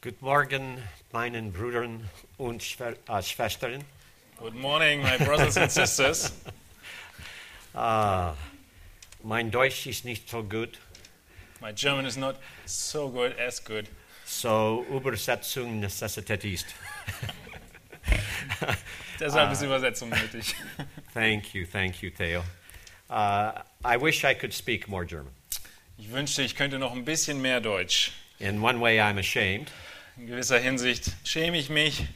Guten Morgen, meinen Brüdern und Schwer äh, Schwestern. Good morning, my brothers and sisters. Ah, mein Deutsch ist nicht so gut, My German is not so good as good, so Übersetzung necessität ist. Ah. deshalb ist Übersetzung nötig. Thank you, thank you, Theo. Uh, I wish I could speak more German. Ich wünschte, ich könnte noch ein bisschen mehr Deutsch. In one way, I'm ashamed. In gewisser Hinsicht schäme ich mich.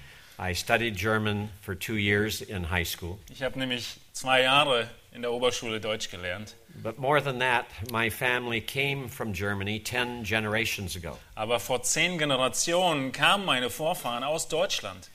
I studied German for two years in high school, Ich habe nämlich zwei Jahre in der Oberschule Deutsch gelernt. but more than that, my family came from Germany 10 generations ago. Aber vor zehn Generationen kamen meine Vorfahren aus Deutschland.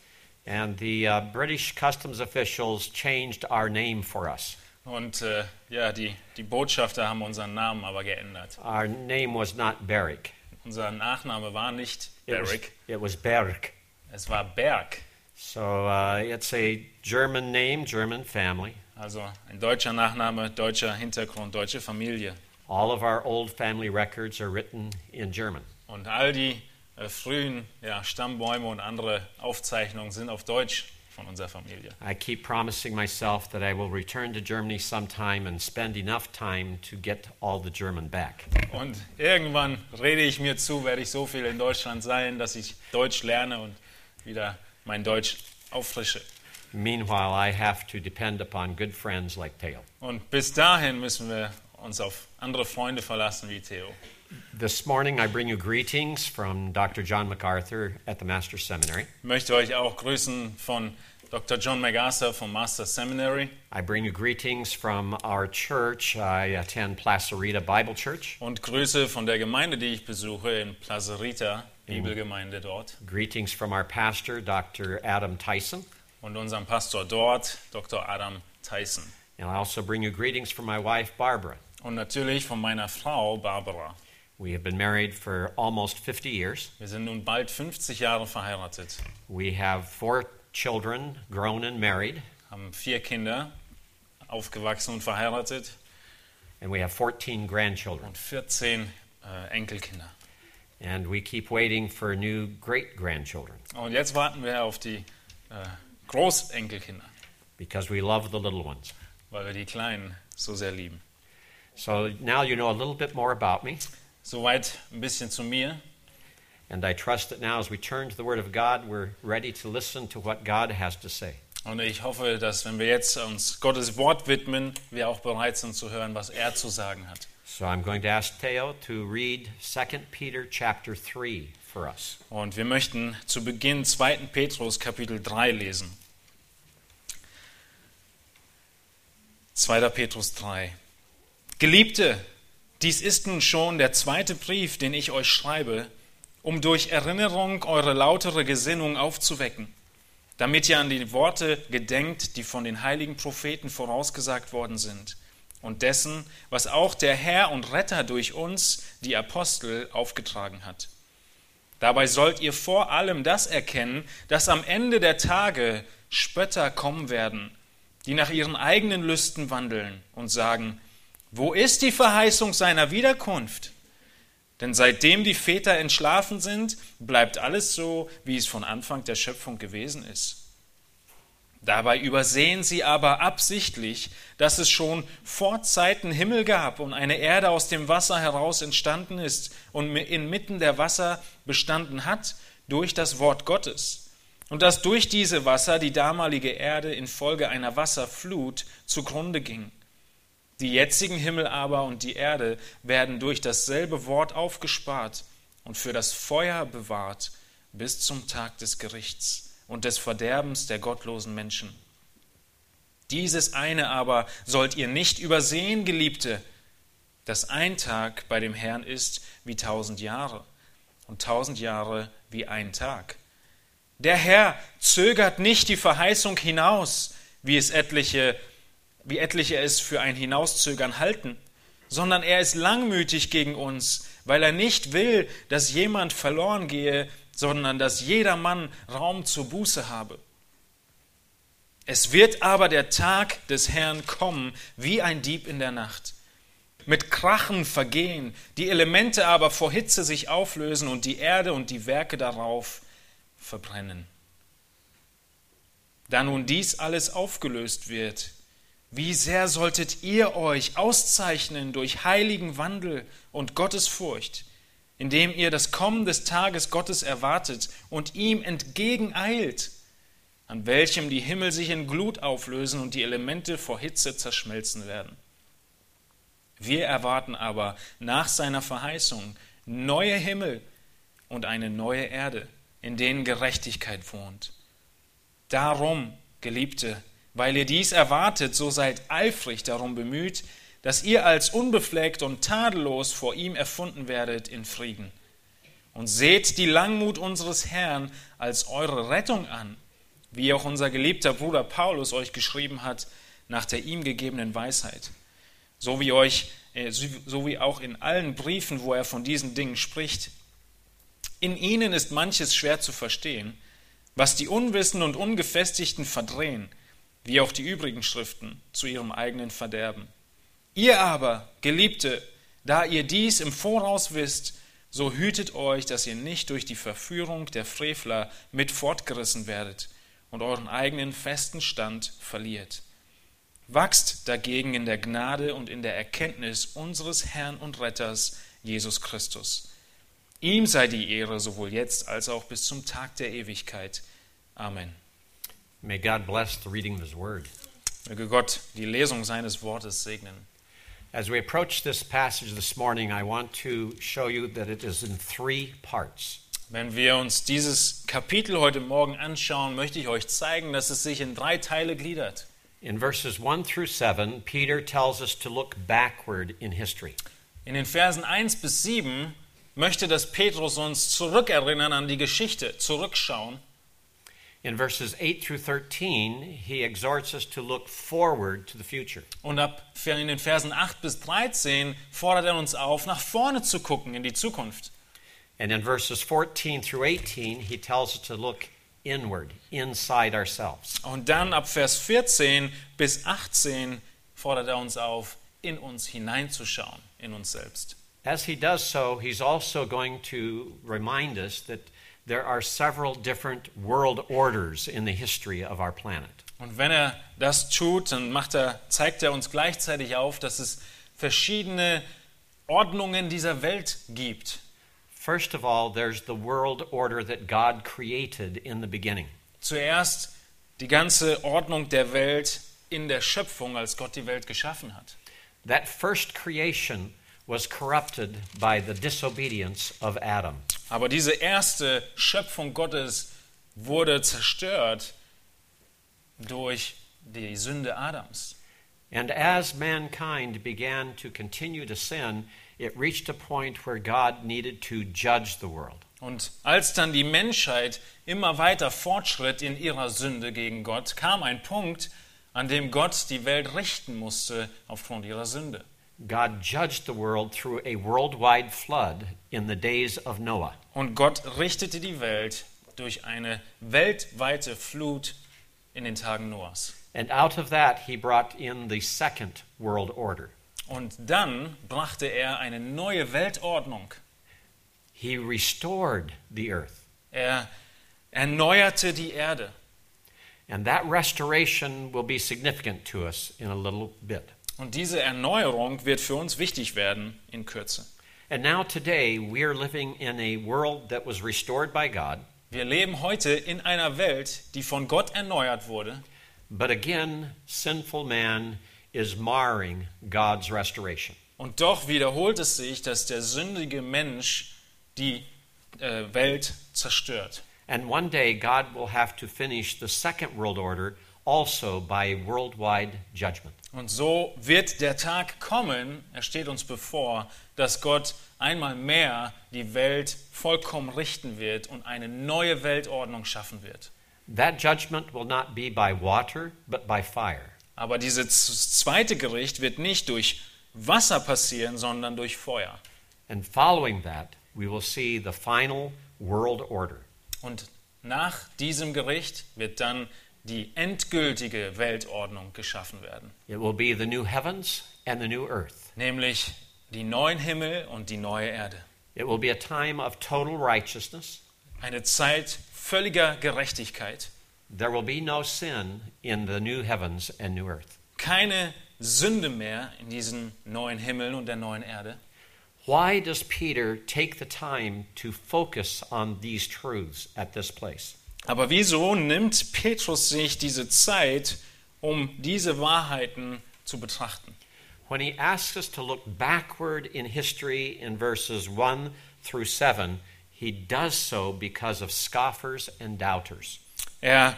And the uh, British customs officials changed our name for us. Und äh, ja, die, die Botschafter haben unseren Namen aber geändert. Our name was not Berwick. Unser Nachname war nicht It was- Berwick, It was Berg. es war Berg. So uh, it's a German name, German family. Also ein deutscher Nachname, deutscher Hintergrund, deutsche Familie. All of our old family records are written in German. Und all die äh, frühen ja, Stammbäume und andere Aufzeichnungen sind auf Deutsch von unserer Familie. I keep promising myself that I will return to Germany sometime and spend enough time to get all the German back. Und irgendwann rede ich mir zu, werde ich so viel in Deutschland sein, dass ich Deutsch lerne und wieder mein Deutsch auffrische. Meanwhile, I have to depend upon good friends like Theo. Und bis dahin müssen wir uns auf andere Freunde verlassen wie Theo. This morning, I bring you greetings from Dr. John MacArthur at the Master Seminary. Ich möchte euch auch grüßen von Dr. John MacArthur vom Master Seminary I bring you greetings from our church. I attend Placerita Bible Church. und Grüße von der Gemeinde, die ich besuche in Placerita, Bibelgemeinde dort. Greetings from our pastor, Dr. Adam Tyson. und unserem Pastor dort, Dr. Adam Tyson. And I also bring you greetings from my wife, Barbara. Und natürlich von meiner Frau Barbara. We have been married for almost 50 years. Wir sind nun bald 50 Jahre verheiratet, We have four children, grown and married, haben vier Kinder, aufgewachsen und verheiratet and we have 14 grandchildren. und 14 äh, Enkelkinder. And we keep waiting for new great grandchildren Und jetzt warten wir auf die äh, Großenkelkinder, because we love the little ones. weil wir die Kleinen so sehr lieben. So now you know a little bit more about me. Soweit ein bisschen zu mir. And I trust that now, as we turn to the Word of God, we're ready to listen to what God has to say. Und ich hoffe, dass wenn wir jetzt uns Gottes Wort widmen, wir auch bereit sind zu hören, was er zu sagen hat. So I'm going to ask Theo to read 2 Peter chapter 3 for us. Und wir möchten zu Beginn 2. Petrus Kapitel 3 lesen. 2. Petrus 3. Geliebte, dies ist nun schon der zweite Brief, den ich euch schreibe, um durch Erinnerung eure lautere Gesinnung aufzuwecken, damit ihr an die Worte gedenkt, die von den heiligen Propheten vorausgesagt worden sind, und dessen, was auch der Herr und Retter durch uns, die Apostel, aufgetragen hat. Dabei sollt ihr vor allem das erkennen, dass am Ende der Tage Spötter kommen werden, die nach ihren eigenen Lüsten wandeln und sagen, wo ist die Verheißung seiner Wiederkunft? Denn seitdem die Väter entschlafen sind, bleibt alles so, wie es von Anfang der Schöpfung gewesen ist. Dabei übersehen sie aber absichtlich, dass es schon vor Zeiten Himmel gab und eine Erde aus dem Wasser heraus entstanden ist und inmitten der Wasser bestanden hat durch das Wort Gottes. Und dass durch diese Wasser die damalige Erde infolge einer Wasserflut zugrunde ging. Die jetzigen Himmel aber und die Erde werden durch dasselbe Wort aufgespart und für das Feuer bewahrt bis zum Tag des Gerichts und des Verderbens der gottlosen Menschen. Dieses eine aber sollt ihr nicht übersehen, Geliebte, dass ein Tag bei dem Herrn ist wie tausend Jahre und tausend Jahre wie ein Tag. Der Herr zögert nicht die Verheißung hinaus, wie es etliche, wie etliche es für ein Hinauszögern halten, sondern er ist langmütig gegen uns, weil er nicht will, dass jemand verloren gehe, sondern dass jeder Mann Raum zur Buße habe. Es wird aber der Tag des Herrn kommen, wie ein Dieb in der Nacht. mit Krachen vergehen, die Elemente aber vor Hitze sich auflösen und die Erde und die Werke darauf verbrennen. Da nun dies alles aufgelöst wird, wie sehr solltet ihr euch auszeichnen durch heiligen Wandel und Gottesfurcht, indem ihr das Kommen des Tages Gottes erwartet und ihm entgegeneilt, an welchem die Himmel sich in Glut auflösen und die Elemente vor Hitze zerschmelzen werden. Wir erwarten aber nach seiner Verheißung neue Himmel und eine neue Erde, in denen Gerechtigkeit wohnt. Darum, Geliebte, weil ihr dies erwartet, so seid eifrig darum bemüht, dass ihr als unbefleckt und tadellos vor ihm erfunden werdet in Frieden. Und seht die Langmut unseres Herrn als eure Rettung an, wie auch unser geliebter Bruder Paulus euch geschrieben hat, nach der ihm gegebenen Weisheit. So wie, euch, äh, so wie auch in allen Briefen, wo er von diesen Dingen spricht. In ihnen ist manches schwer zu verstehen, was die Unwissenden und Ungefestigten verdrehen wie auch die übrigen Schriften, zu ihrem eigenen Verderben. Ihr aber, Geliebte, da ihr dies im Voraus wisst, so hütet euch, dass ihr nicht durch die Verführung der Frevler mit fortgerissen werdet und euren eigenen festen Stand verliert. Wachst dagegen in der Gnade und in der Erkenntnis unseres Herrn und Retters Jesus Christus. Ihm sei die Ehre sowohl jetzt als auch bis zum Tag der Ewigkeit. Amen. May God bless the reading of His Word. Möge Gott die Lesung seines Wortes segnen. As we approach this passage this morning, I want to show you that it is in three parts. Wenn wir uns dieses Kapitel heute Morgen anschauen, möchte ich euch zeigen, dass es sich in drei Teile gliedert. In verses 1 through 7, Peter tells us to look backward in history. In den Versen 1 bis 7 möchte das Petrus uns zurückerinnern an die Geschichte, zurückschauen. In verses 8 through 13, he exhorts us to look forward to the future. Und ab in den Versen 8 bis 13 fordert er uns auf, nach vorne zu gucken in die Zukunft. And in verses 14 through 18, he tells us to look inward, inside ourselves. Und dann ab Vers 14 bis 18 fordert er uns auf, in uns hineinzuschauen, in uns selbst. As he does so, he's also going to remind us that there are several different world orders in the history of our planet. Und wenn er das tut, dann macht er, zeigt er uns gleichzeitig auf, dass es verschiedene Ordnungen dieser Welt gibt. First of all, there's the world order that God created in the beginning. Zuerst die ganze Ordnung der Welt in der Schöpfung, als Gott die Welt geschaffen hat. That first creation was corrupted by the disobedience of Adam. Aber diese erste Schöpfung Gottes wurde zerstört durch die Sünde Adams. And as mankind began to continue to sin, it reached a point where God needed to judge the world. Und als dann die Menschheit immer weiter fortschritt in ihrer Sünde gegen Gott, kam ein Punkt, an dem Gott die Welt richten musste aufgrund ihrer Sünde. God judged the world through a worldwide flood in the days of Noah. Und Gott richtete die Welt durch eine weltweite Flut in den Tagen Noahs. And out of that, he brought in the second world order. Und dann brachte er eine neue Weltordnung. He restored the earth. Er erneuerte die Erde. And that restoration will be significant to us in a little bit. Und diese Erneuerung wird für uns wichtig werden in Kürze. And now, today, we are living in a world that was restored by God, Wir leben heute in einer Welt, die von Gott erneuert wurde, but again, sinful man is marring God's restoration. und doch wiederholt es sich, dass der sündige Mensch die äh, Welt zerstört. And one day, God will have to finish the second world order also by a worldwide judgment. Und so wird der Tag kommen, er steht uns bevor, dass Gott einmal mehr die Welt vollkommen richten wird und eine neue Weltordnung schaffen wird. That judgment will not be by water, but by fire. Aber dieses zweite Gericht wird nicht durch Wasser passieren, sondern durch Feuer. And following that, we will see the final world order. Und nach diesem Gericht wird dann die endgültige Weltordnung geschaffen werden, It will be the new heavens and the new earth. nämlich die neuen Himmel und die neue Erde. It will be a time of total righteousness. Eine Zeit völliger Gerechtigkeit. There will be no sin in the new heavens and new earth. Keine Sünde mehr in diesen neuen Himmel und der neuen Erde. Why does Peter take the time to focus on these truths at this place? Aber wieso nimmt Petrus sich diese Zeit, um diese Wahrheiten zu betrachten? When he asks us to look backward in history in verses 1 through 7, he does so because of scoffers and doubters. Er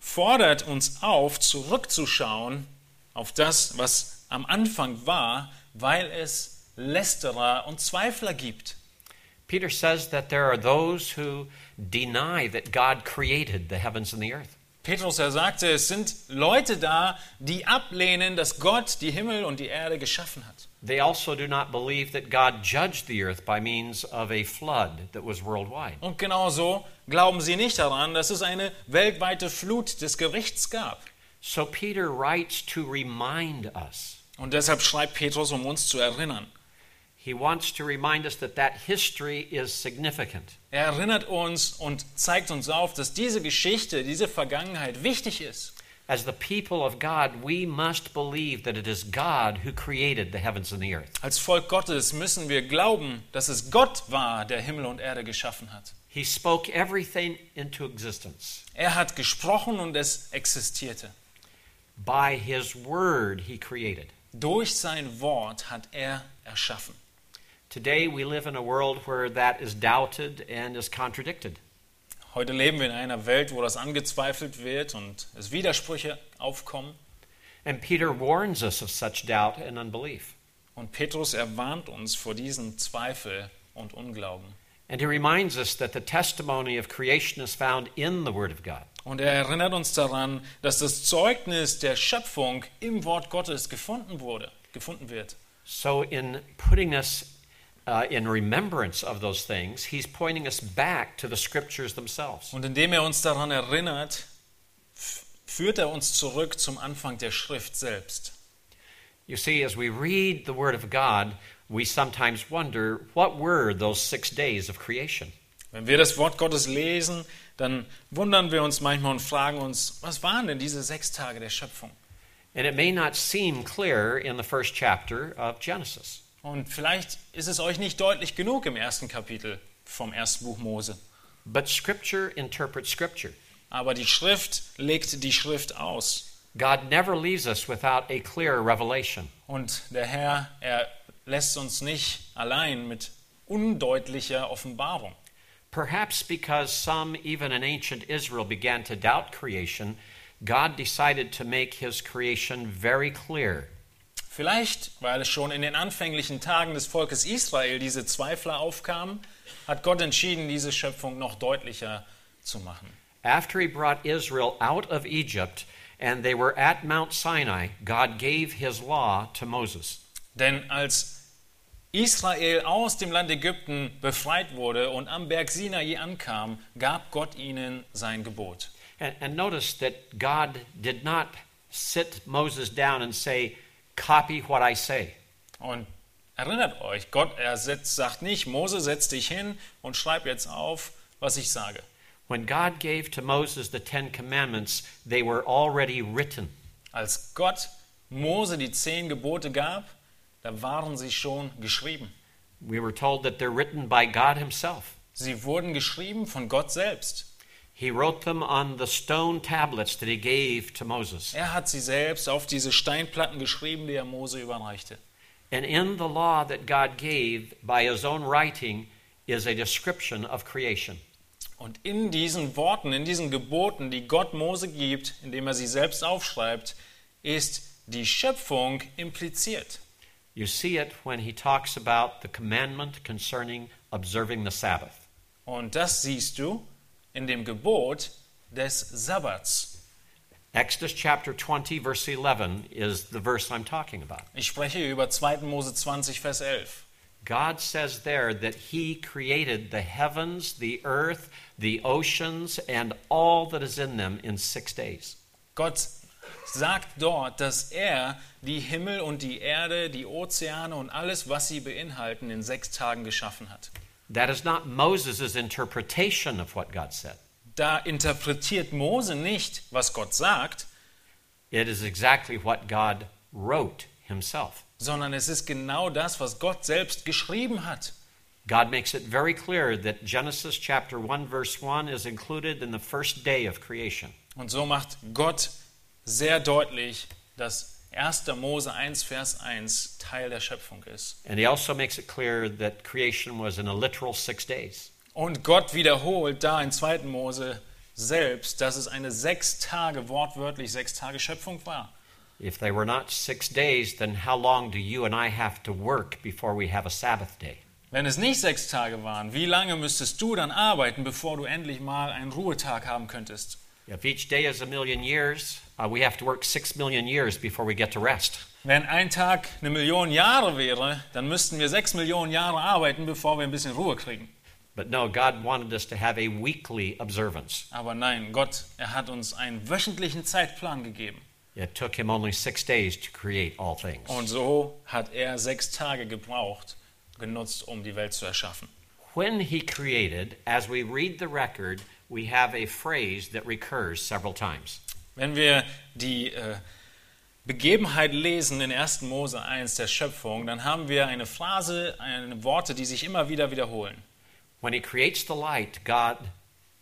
fordert uns auf, zurückzuschauen auf das, was am Anfang war, weil es Lästerer und Zweifler gibt. Peter says that there are those who deny that God created the heavens and the earth. Petrus, er sagte, es sind Leute da, die ablehnen, dass Gott die Himmel und die Erde geschaffen hat. They also do not believe that God judged the earth by means of a flood that was worldwide. Und genauso glauben sie nicht daran, dass es eine weltweite Flut des Gerichts gab. So Peter writes to remind us. Und deshalb schreibt Petrus, um uns zu erinnern. He wants to remind us that that history is significant. Er erinnert uns und zeigt uns auf, dass diese Geschichte, diese Vergangenheit wichtig ist. As the people of God, we must believe that it is God who created the heavens and the earth. Als Volk Gottes müssen wir glauben, dass es Gott war, der Himmel und Erde geschaffen hat. He spoke everything into existence. Er hat gesprochen und es existierte. By his word, he created. Durch sein Wort hat er erschaffen. Today, we live in a world where that is doubted and is contradicted. Heute leben wir in einer Welt, wo das angezweifelt wird und es Widersprüche aufkommen. And Peter warns us of such doubt and unbelief. Und Petrus erwarnt uns vor diesem Zweifel und Unglauben. And he reminds us that the testimony of creation is found in the Word of God. Und er erinnert uns daran, dass das Zeugnis der Schöpfung im Wort Gottes gefunden wurde, gefunden wird. So, in putting us uh, in remembrance of those things, he's pointing us back to the scriptures themselves. Und indem er uns daran erinnert, f- führt er uns zurück zum Anfang der Schrift selbst. You see, as we read the Word of God, we sometimes wonder what were those six days of creation? Wenn wir das Wort Gottes lesen, dann wundern wir uns manchmal und fragen uns, was waren denn diese sechs Tage der Schöpfung? And it may not seem clear in the first chapter of Genesis. Und vielleicht ist es euch nicht deutlich genug im ersten Kapitel vom ersten Buch Mose. But Scripture interprets Scripture. Aber die Schrift legt die Schrift aus. God never leaves us without a clear revelation. Und der Herr, er lässt uns nicht allein mit undeutlicher Offenbarung. Perhaps because some, even in ancient Israel, began to doubt creation, God decided to make his creation very clear. Vielleicht, weil es schon in den anfänglichen Tagen des Volkes Israel diese Zweifler aufkamen, hat Gott entschieden, diese Schöpfung noch deutlicher zu machen. After he brought Israel out of Egypt and they were at Mount Sinai, God gave his law to Moses. Denn als Israel aus dem Land Ägypten befreit wurde und am Berg Sinai ankam, gab Gott ihnen sein Gebot. And, and notice that God did not sit Moses down and say, Copy what I say. Und erinnert euch, Gott er setzt, sagt nicht, Mose, setz dich hin und schreib jetzt auf, was ich sage. When God gave to Moses the Ten Commandments, they were already written. Als Gott Mose die zehn Gebote gab, da waren sie schon geschrieben. We were told that they're written by God Himself. Sie wurden geschrieben von Gott selbst. He wrote them on the stone tablets that he gave to Moses. Er hat sie selbst auf diese Steinplatten geschrieben, die er Mose überreichte. And in the law that God gave by his own writing is a description of creation. Und in diesen Worten, in diesen Geboten, die Gott Mose gibt, indem er sie selbst aufschreibt, ist die Schöpfung impliziert. You see it when he talks about the commandment concerning observing the Sabbath. Und das siehst du in dem Gebot des Sabbats. Exodus chapter 20, verse 11 is the verse I'm talking about. Ich spreche über 2. Mose 20, Vers 11. God says there that He created the heavens, the earth, the oceans, and all that is in them in six days. Gott sagt dort, dass er die Himmel und die Erde, die Ozeane und alles, was sie beinhalten, in sechs Tagen geschaffen hat. That is not Moses' interpretation of what God said. Da interpretiert Mose nicht, was Gott sagt, It is exactly what God wrote Himself. sondern es ist genau das, was Gott selbst geschrieben hat. God makes it very clear that Genesis chapter 1 verse 1 is included in the first day of creation. Und so macht Gott sehr deutlich, dass 1. Mose 1, Vers 1 Teil der Schöpfung ist. And he also makes it clear that creation was in a literal 6 days. Und Gott wiederholt da in 2. Mose selbst, dass es eine sechs Tage, wortwörtlich sechs Tage Schöpfung war. If they were not 6 days, then how long do you and I have to work before we have a Sabbath day? Wenn es nicht sechs Tage waren, wie lange müsstest du dann arbeiten, bevor du endlich mal einen Ruhetag haben könntest? If each day is a million years, uh, we have to work 6 million years before we get to rest. Wenn ein Tag eine Million Jahre wäre, dann müssten wir sechs Millionen Jahre arbeiten, bevor wir ein bisschen Ruhe kriegen. But no, God wanted us to have a weekly observance. Aber nein, Gott, er hat uns einen wöchentlichen Zeitplan gegeben. It took him only 6 days to create all things. Und so hat er sechs Tage gebraucht, genutzt, um die Welt zu erschaffen. When he created, as we read the record, we have a phrase that recurs several times. Wenn wir die äh, Begebenheit lesen in 1. Mose 1 der Schöpfung, dann haben wir eine Phrase, eine Worte, die sich immer wieder wiederholen. When he creates the light, God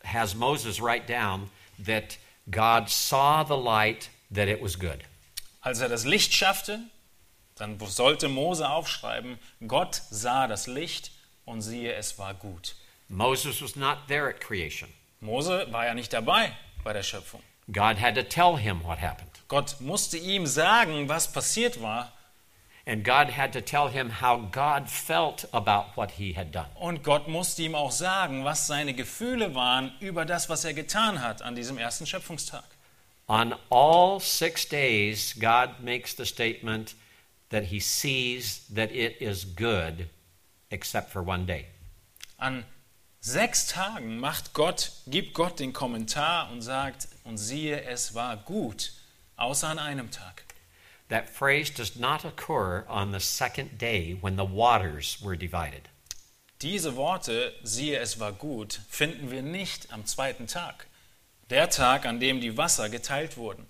has Moses write down that God saw the light, that it was good. Als er das Licht schaffte, dann sollte Mose aufschreiben, Gott sah das Licht und siehe, es war gut. Moses was not there at creation. Mose war ja nicht dabei bei der Schöpfung. God had to tell him what happened. Gott musste ihm sagen, was passiert war, And God had to tell him how God felt about what he had done. und Gott musste ihm auch sagen, was seine Gefühle waren über das, was er getan hat an diesem ersten Schöpfungstag. On all six days, God makes the statement that he sees that it is good, except for one day. An sechs Tagen macht Gott, gibt Gott den Kommentar und sagt, und siehe, es war gut, außer an einem Tag. That phrase does not occur on the second day when the waters were divided. Diese Worte, siehe, es war gut, finden wir nicht am zweiten Tag, der Tag, an dem die Wasser geteilt wurden.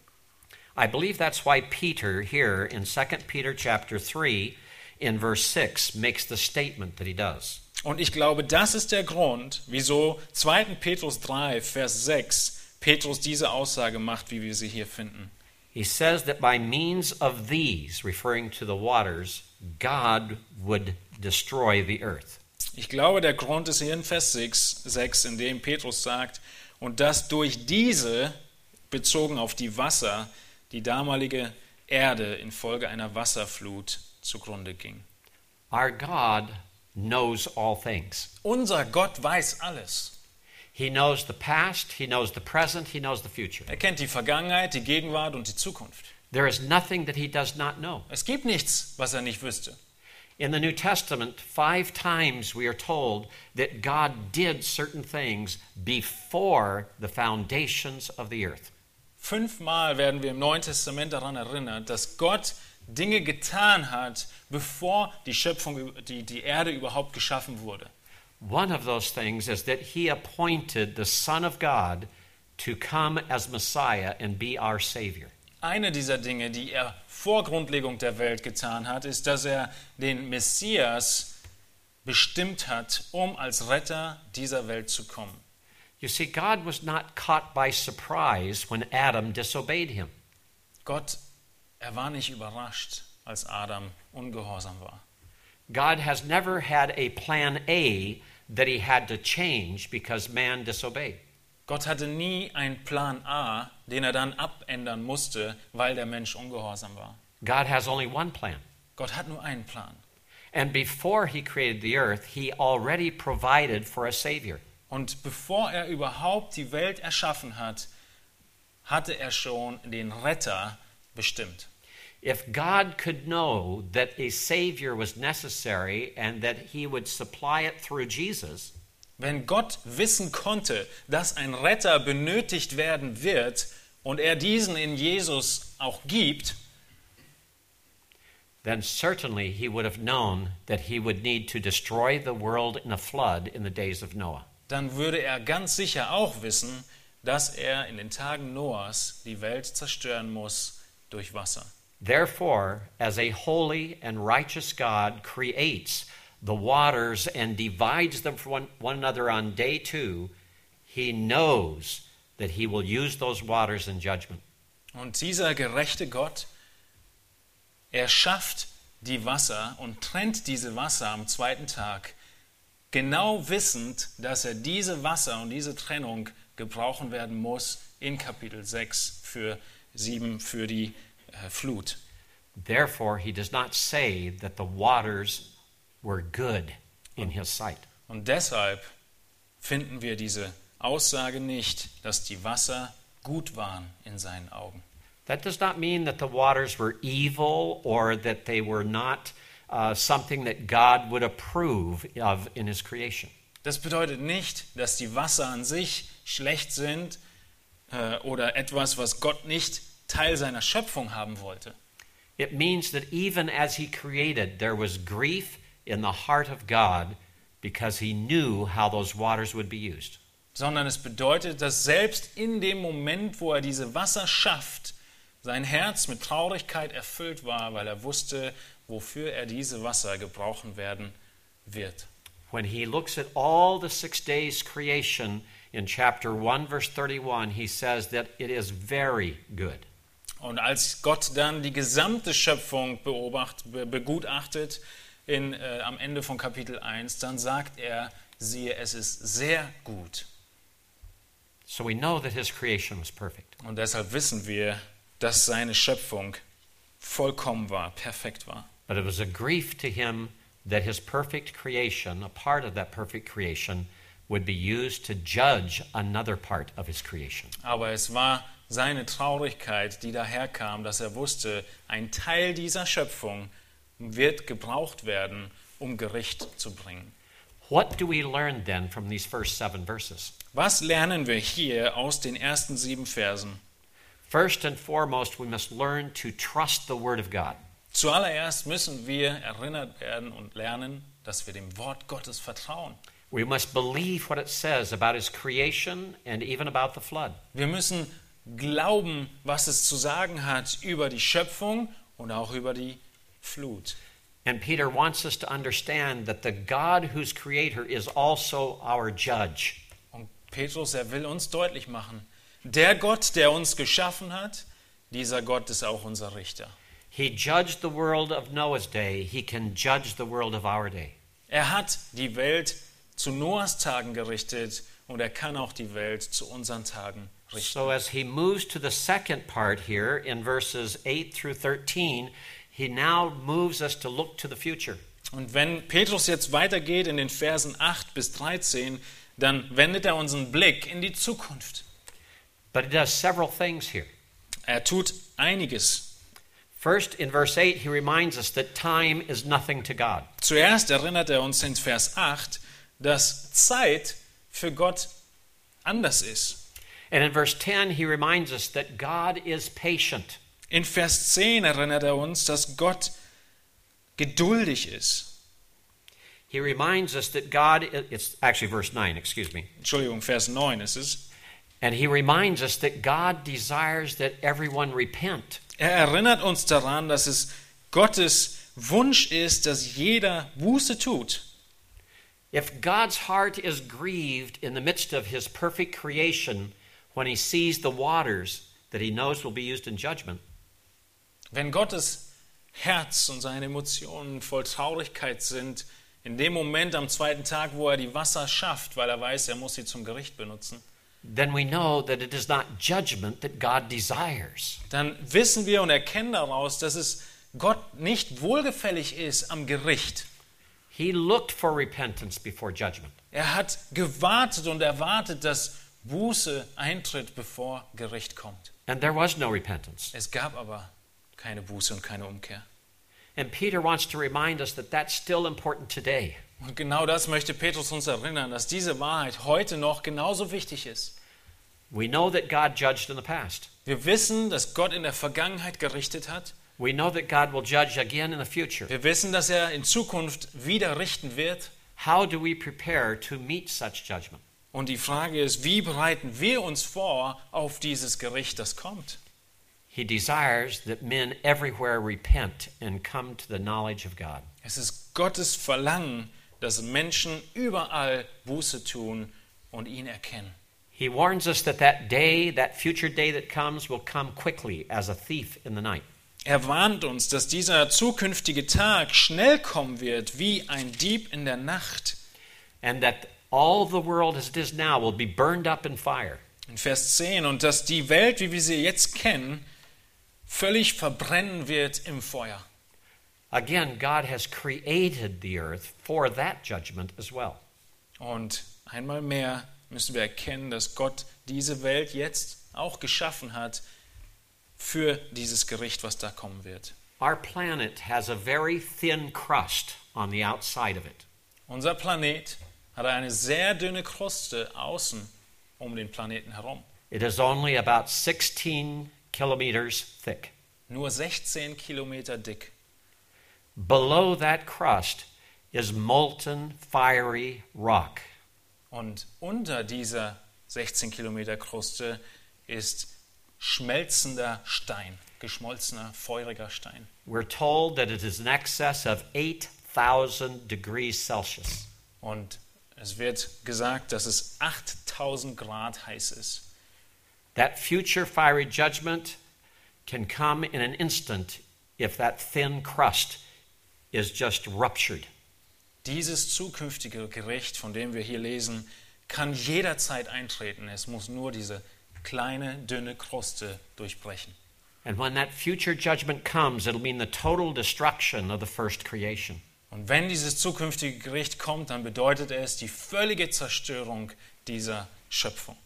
I believe that's why Peter here in 2 Peter chapter 3 in verse 6 makes the statement that he does. Und ich glaube, das ist der Grund, wieso 2. Petrus 3, Vers 6 Petrus diese Aussage macht, wie wir sie hier finden. He says that by means of these, referring to the waters, God would destroy the earth. Ich glaube, der Grund ist hier in Vers 6, 6 in dem Petrus sagt, und dass durch diese, bezogen auf die Wasser, die damalige Erde infolge einer Wasserflut zugrunde ging. Our God knows all things. Unser Gott weiß alles. He knows the past, He knows the present, He knows the future. Er kennt die Vergangenheit, die Gegenwart und die Zukunft. There is nothing that He does not know. Es gibt nichts, was er nicht wüsste. In the New Testament, five times we are told that God did certain things before the foundations of the earth. Fünfmal werden wir im Neuen Testament daran erinnert, dass Gott Dinge getan hat, bevor die Schöpfung, die, die Erde überhaupt geschaffen wurde. One of those things is that He appointed the Son of God to come as Messiah and be our Savior. Eine dieser Dinge, die er vor Grundlegung der Welt getan hat, ist, dass er den Messias bestimmt hat, um als Retter dieser Welt zu kommen. You see, God was not caught by surprise when Adam disobeyed Him. Gott, er war nicht überrascht, als Adam ungehorsam war. God has never had a plan A that He had to change because man disobeyed. Gott hatte nie einen Plan A, den er dann abändern musste, weil der Mensch ungehorsam war. God has only one plan. Gott hat nur einen Plan. And before he created the earth, he already provided for a Savior. Und bevor er überhaupt die Welt erschaffen hat, hatte er schon den Retter bestimmt. If God could know that a Savior was necessary and that He would supply it through Jesus, Wenn Gott wissen konnte, dass ein Retter benötigt werden wird und er diesen in Jesus auch gibt, then certainly He would have known that He would need to destroy the world in a flood in the days of Noah. dann würde er ganz sicher auch wissen, dass er in den Tagen Noahs die Welt zerstören muss durch Wasser. Therefore, as a holy and righteous God creates the waters and divides them from one, one another on day two, he knows that he will use those waters in judgment. Und dieser gerechte Gott, er schafft die Wasser und trennt diese Wasser am zweiten Tag, genau wissend, dass er diese Wasser und diese Trennung gebrauchen werden muss in Kapitel 6 für 7 für die äh, Flut. Therefore, he does not say that the waters were good in his sight. Und deshalb finden wir diese Aussage nicht, dass die Wasser gut waren in seinen Augen. That does not mean that the waters were evil or that they were not uh, something that God would approve of in his creation. Das bedeutet nicht, dass die Wasser an sich schlecht sind äh, oder etwas, was Gott nicht Teil seiner Schöpfung haben wollte. It means that even as he created, there was grief in the heart of God because he knew how those waters would be used. sondern es bedeutet, dass selbst in dem Moment, wo er diese Wasser schafft, sein Herz mit Traurigkeit erfüllt war, weil er wusste, wofür er diese Wasser gebrauchen werden wird. When he looks at all the six days' creation in chapter 1, verse 31, he says that it is very good. Und als Gott dann die gesamte Schöpfung beobacht, be- begutachtet in, äh, am Ende von Kapitel 1, dann sagt er, siehe, es ist sehr gut. So we know that his creation was perfect. Und deshalb wissen wir, dass seine Schöpfung vollkommen war, perfekt war. But it was a grief to him that his perfect creation, a part of that perfect creation, would be used to judge another part of his creation. Aber es war seine Traurigkeit, die daherkam, dass er wusste, ein Teil dieser Schöpfung wird gebraucht werden, um Gericht zu bringen. What do we learn then from these first seven verses? Was lernen wir hier aus den ersten sieben Versen? First and foremost, we must learn to trust the Word of God. Zuallererst müssen wir erinnert werden und lernen, dass wir dem Wort Gottes vertrauen. We must believe what it says about His creation and even about the flood. Wir müssen glauben, was es zu sagen hat über die Schöpfung und auch über die Flut. And Peter wants us to understand that the God whose creator is also our judge. Und Petrus, er will uns deutlich machen, der Gott, der uns geschaffen hat, dieser Gott ist auch unser Richter. He judged the world of Noah's day, He can judge the world of our day. Er hat die Welt zu Noahs Tagen gerichtet und er kann auch die Welt zu unseren Tagen richten. So, as he moves to the second part here in verses 8 through 13, he now moves us to look to the future. Und wenn Petrus jetzt weitergeht in den Versen 8 bis 13, dann wendet er unseren Blick in die Zukunft. But he does several things here. Er tut einiges. First, in verse 8, he reminds us that time is nothing to God. Zuerst erinnert er uns in Vers 8, dass Zeit für Gott anders ist. And in verse 10, he reminds us that God is patient. In Vers 10 erinnert er uns, dass Gott geduldig ist. He reminds us that God, it's actually verse 9, excuse me. Entschuldigung, Vers 9 ist es. And he reminds us that God desires that everyone repent. Er erinnert uns daran, dass es Gottes Wunsch ist, dass jeder Buße tut. If God's heart is grieved in the midst of his perfect creation when he sees the waters that he knows will be used in judgment, Wenn Gottes Herz und seine Emotionen voll Traurigkeit sind, in dem Moment am zweiten Tag, wo er die Wasser schafft, weil er weiß, er muss sie zum Gericht benutzen, then we know that it is not judgment that God desires. dann wissen wir und erkennen daraus, dass es Gott nicht wohlgefällig ist am Gericht. He looked for repentance before judgment. Er hat gewartet und erwartet, dass Buße eintritt, bevor Gericht kommt. And there was no repentance. Es gab aber keine Buße und keine Umkehr. And Peter wants to remind us that that's still important today. Und genau das möchte Petrus uns erinnern, dass diese Wahrheit heute noch genauso wichtig ist. We know that God judged in the past. Wir wissen, dass Gott in der Vergangenheit gerichtet hat. We know that God will judge again in the future. Wir wissen, dass er in Zukunft wieder richten wird. How do we prepare to meet such judgment? Und die Frage ist, wie bereiten wir uns vor auf dieses Gericht, das kommt? He desires that men everywhere repent and come to the knowledge of God. Es ist Gottes Verlangen, dass Menschen überall Buße tun und ihn erkennen. He warns us that that day, that future day that comes, will come quickly as a thief in the night. Er warnt uns, dass dieser zukünftige Tag schnell kommen wird, wie ein Dieb in der Nacht. and that all the world as it is now will be burned up in fire. In Vers 10. Und dass die Welt, wie wir sie jetzt kennen, völlig verbrennen wird im Feuer. Again, God has created the earth for that judgment as well. Und einmal mehr müssen wir erkennen, dass Gott diese Welt jetzt auch geschaffen hat für dieses Gericht, was da kommen wird. Our planet has a very thin crust on the outside of it. Unser Planet hat eine sehr dünne Kruste außen um den Planeten herum. It is only about 16 kilometers thick. Nur 16 Kilometer dick. Below that crust is molten, fiery rock. Und unter dieser 16 Kilometer Kruste ist schmelzender Stein, geschmolzener, feuriger Stein. We're told that it is in excess of 8,000 degrees Celsius. Und es wird gesagt, dass es 8000 Grad heiß ist. That future fiery judgment can come in an instant if that thin crust is just ruptured. Dieses zukünftige Gericht, von dem wir hier lesen, kann jederzeit eintreten. Es muss nur diese kleine, dünne Kruste durchbrechen. And when that future judgment comes, it'll mean the total destruction of the first creation. Und wenn dieses zukünftige Gericht kommt, dann bedeutet es die völlige Zerstörung dieser Schöpfung.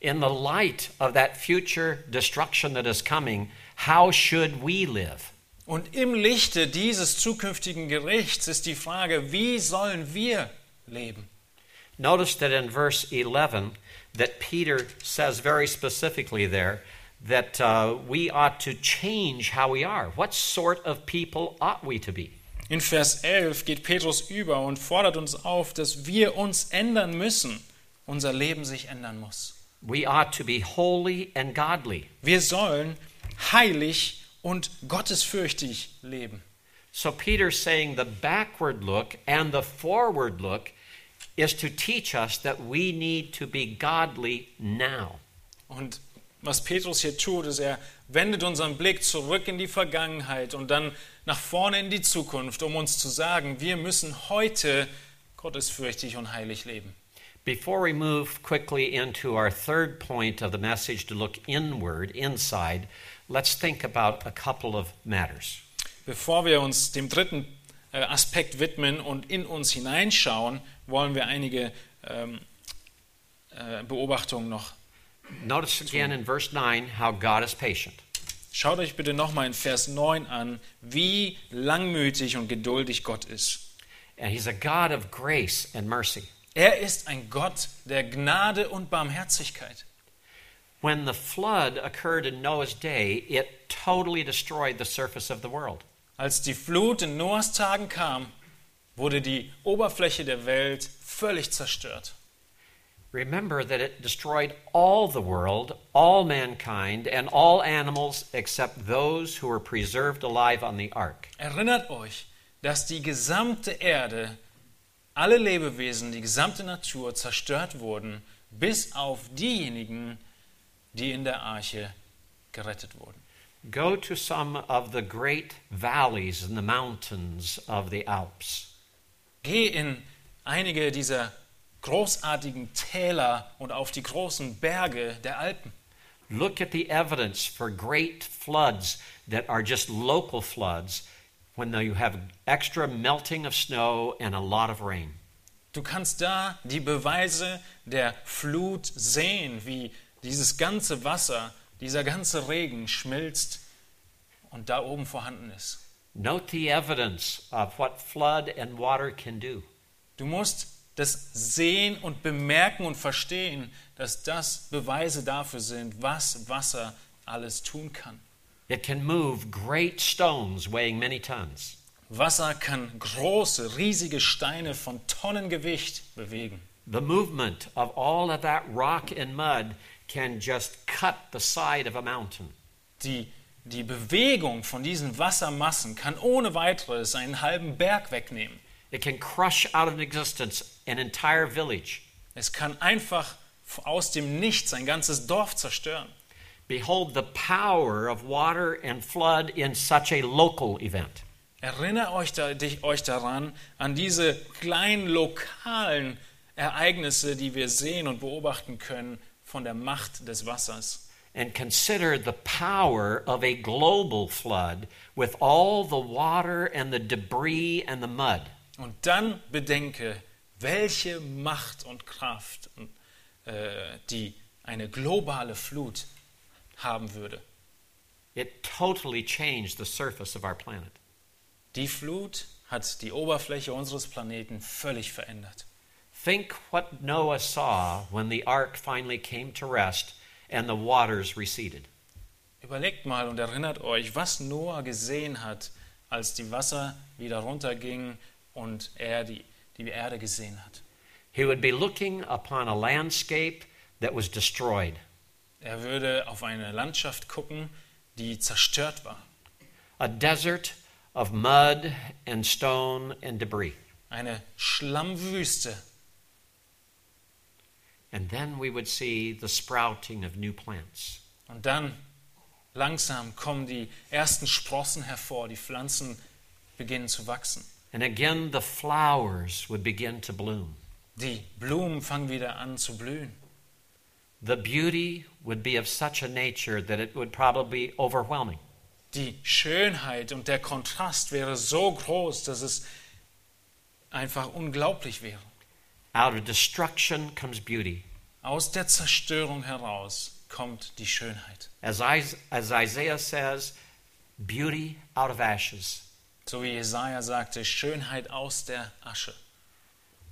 In the light of that future destruction that is coming, how should we live? Und im Lichte dieses zukünftigen Gerichts ist die Frage, wie sollen wir leben? Notice that in verse 11, that Peter says very specifically there that uh, we ought to change how we are. What sort of people ought we to be? In Vers 11 geht Petrus über und fordert uns auf, dass wir uns ändern müssen. Unser Leben sich ändern muss. We ought to be holy and godly. Wir sollen heilig und gottesfürchtig leben. So Peter's saying the backward look and the forward look is to teach us that we need to be godly now. Und was Petrus hier tut, ist, er wendet unseren Blick zurück in die Vergangenheit und dann nach vorne in die Zukunft, um uns zu sagen, wir müssen heute gottesfürchtig und heilig leben. Before we move quickly into our third point of the message to look inward, inside, let's think about a couple of matters. Bevor wir uns dem dritten äh, Aspekt widmen und in uns hineinschauen, wollen wir einige ähm, äh, Beobachtungen noch. Notice again in verse 9 how God is patient. Schaut euch bitte nochmal in Vers 9 an, wie langmütig und geduldig Gott ist. And He's a God of grace and mercy. Er ist ein Gott der Gnade und Barmherzigkeit. When the flood occurred in Noah's day, it totally destroyed the surface of the world. Als die Flut in Noahs Tagen kam, wurde die Oberfläche der Welt völlig zerstört. Remember that it destroyed all the world, all mankind, and all animals except those who were preserved alive on the ark. Erinnert euch, dass die gesamte Erde, alle Lebewesen, die gesamte Natur zerstört wurden, bis auf diejenigen, die in der Arche gerettet wurden. Go to some of the great valleys and the mountains of the Alps. Geh in einige dieser großartigen Täler und auf die großen Berge der Alpen. Look at the evidence for great floods that are just local floods when you have extra melting of snow and a lot of rain. Du kannst da die Beweise der Flut sehen, wie dieses ganze Wasser, dieser ganze Regen schmilzt und da oben vorhanden ist. Note the evidence of what flood and water can do. Du musst das sehen und bemerken und verstehen, dass das Beweise dafür sind, was Wasser alles tun kann. It can move great stones weighing many tons. Wasser kann große, riesige Steine von Tonnengewicht bewegen. The movement of all of that rock and mud can just cut the side of a mountain. Die, die Bewegung von diesen Wassermassen kann ohne weiteres einen halben Berg wegnehmen. It can crush out of existence an entire village. Es kann einfach aus dem Nichts ein ganzes Dorf zerstören. Behold the power of water and flood in such a local event. Erinnert euch, da, dich, euch daran, an diese kleinen lokalen Ereignisse, die wir sehen und beobachten können von der Macht des Wassers. And consider the power of a global flood with all the water and the debris and the mud. Und dann bedenke, welche Macht und Kraft äh, die eine globale Flut haben würde. It totally changed the surface of our planet. Die Flut hat die Oberfläche unseres Planeten völlig verändert. Think what Noah saw when the ark finally came to rest and the waters receded. Überlegt mal und erinnert euch, was Noah gesehen hat, als die Wasser wieder runtergingen und er die, die Erde gesehen hat. He would be looking upon a landscape that was destroyed, Er würde auf eine Landschaft gucken, die zerstört war. a desert of mud and stone and debris. Eine Schlammwüste. And then we would see the sprouting of new plants. Und dann langsam kommen die ersten Sprossen hervor, die Pflanzen beginnen zu wachsen. And again, the flowers would begin to bloom. Die Blumen fangen wieder an zu blühen. The beauty would be of such a nature that it would probably be overwhelming. Die Schönheit und der Kontrast wäre so groß, dass es einfach unglaublich wäre. Out of destruction comes beauty. Aus der Zerstörung heraus kommt die Schönheit. As, Is- as Isaiah says, beauty out of ashes. So wie Jesaja sagte, Schönheit aus der Asche.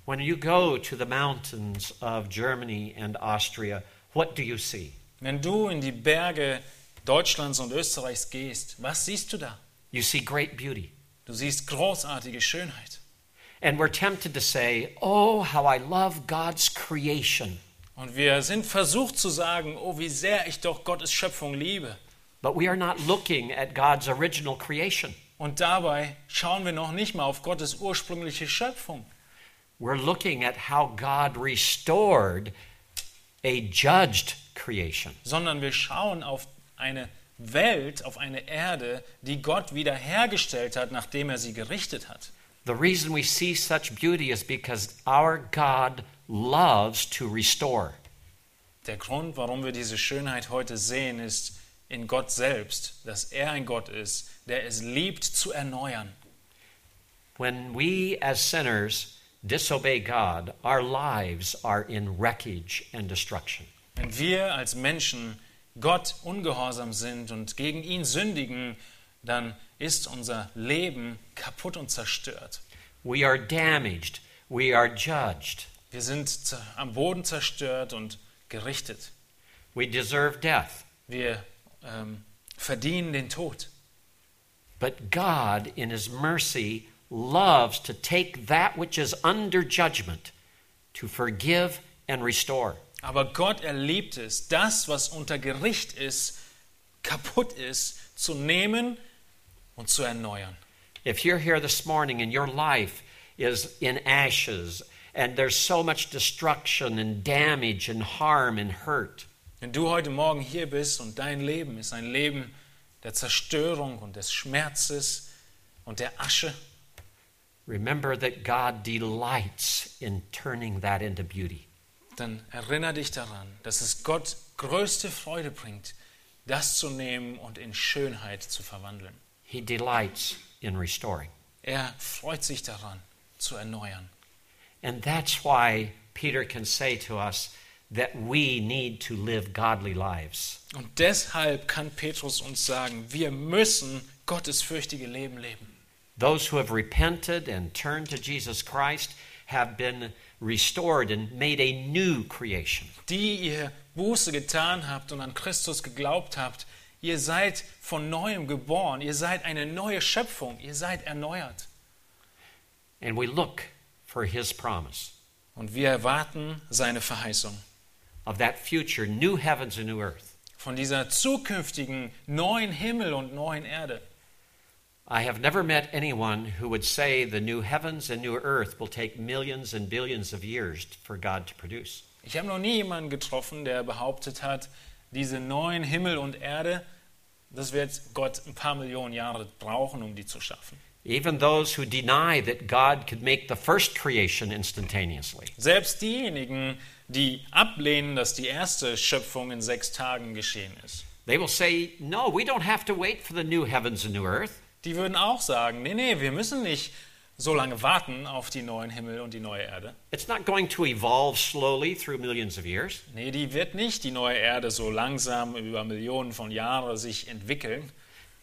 When you go to the mountains of Germany and Austria, what do you see? Wenn du in die Berge Deutschlands und Österreichs gehst, was siehst du da? You see great beauty. Du siehst großartige Schönheit. And we're tempted to say, Oh, how I love God's creation. Und wir sind versucht zu sagen, oh, wie sehr ich doch Gottes Schöpfung liebe. But we are not looking at God's original creation. Und dabei schauen wir noch nicht mal auf Gottes ursprüngliche Schöpfung. We're looking at how God restored a judged creation. sondern wir schauen auf eine Welt, auf eine Erde, die Gott wiederhergestellt hat, nachdem er sie gerichtet hat. The reason we see such beauty is because our God loves to restore. Der Grund, warum wir diese Schönheit heute sehen, ist in Gott selbst, dass er ein Gott ist, der es liebt zu erneuern. When we as sinners disobey God, our lives are in wreckage and destruction. Wenn wir als Menschen Gott ungehorsam sind und gegen ihn sündigen, dann ist unser Leben kaputt und zerstört. We are damaged. We are judged. Wir sind zer- am Boden zerstört und gerichtet. We deserve death. Wir ähm, verdienen den Tod. But God, in His mercy, loves to take that which is under judgment to forgive and restore. Aber Gott, er liebt es, das, was unter Gericht ist, kaputt ist, zu nehmen und zu erneuern. If you're here this morning and your life is in ashes and there's so much destruction and damage and harm and hurt, Wenn du heute Morgen hier bist und dein Leben ist ein Leben der Zerstörung und des Schmerzes und der Asche, remember that God delights in turning that into beauty. dann erinnere dich daran, dass es Gott größte Freude bringt, das zu nehmen und in Schönheit zu verwandeln. He delights in restoring. Er freut sich daran, zu erneuern. And that's why Peter can say to us that we need to live godly lives. Und deshalb kann Petrus uns sagen, wir müssen gottesfürchtige Leben leben. Those who have repented and turned to Jesus Christ have been restored and made a new creation. Die ihr Buße getan habt und an Christus geglaubt habt, ihr seid von neuem geboren, ihr seid eine neue Schöpfung, ihr seid erneuert. And we look for his promise Und wir erwarten seine Verheißung of that future new heavens and new earth. von dieser zukünftigen neuen Himmel und neuen Erde. I have never met anyone who would say the new heavens and new earth will take millions and billions of years for God to produce. Ich habe noch nie jemanden getroffen, der behauptet hat, diese neuen Himmel und Erde, das wird Gott ein paar Millionen Jahre brauchen, um die zu schaffen. Even those who deny that God could make the first creation instantaneously. Selbst diejenigen, die ablehnen, dass die erste Schöpfung in sechs Tagen geschehen ist, They will say, No, we don't have to wait for the new heavens and new earth. die würden auch sagen, nee, nee, wir müssen nicht so lange warten auf die neuen Himmel und die neue Erde. It's not going to evolve slowly through millions of years. Nee, die wird nicht die neue Erde so langsam über Millionen von Jahren sich entwickeln,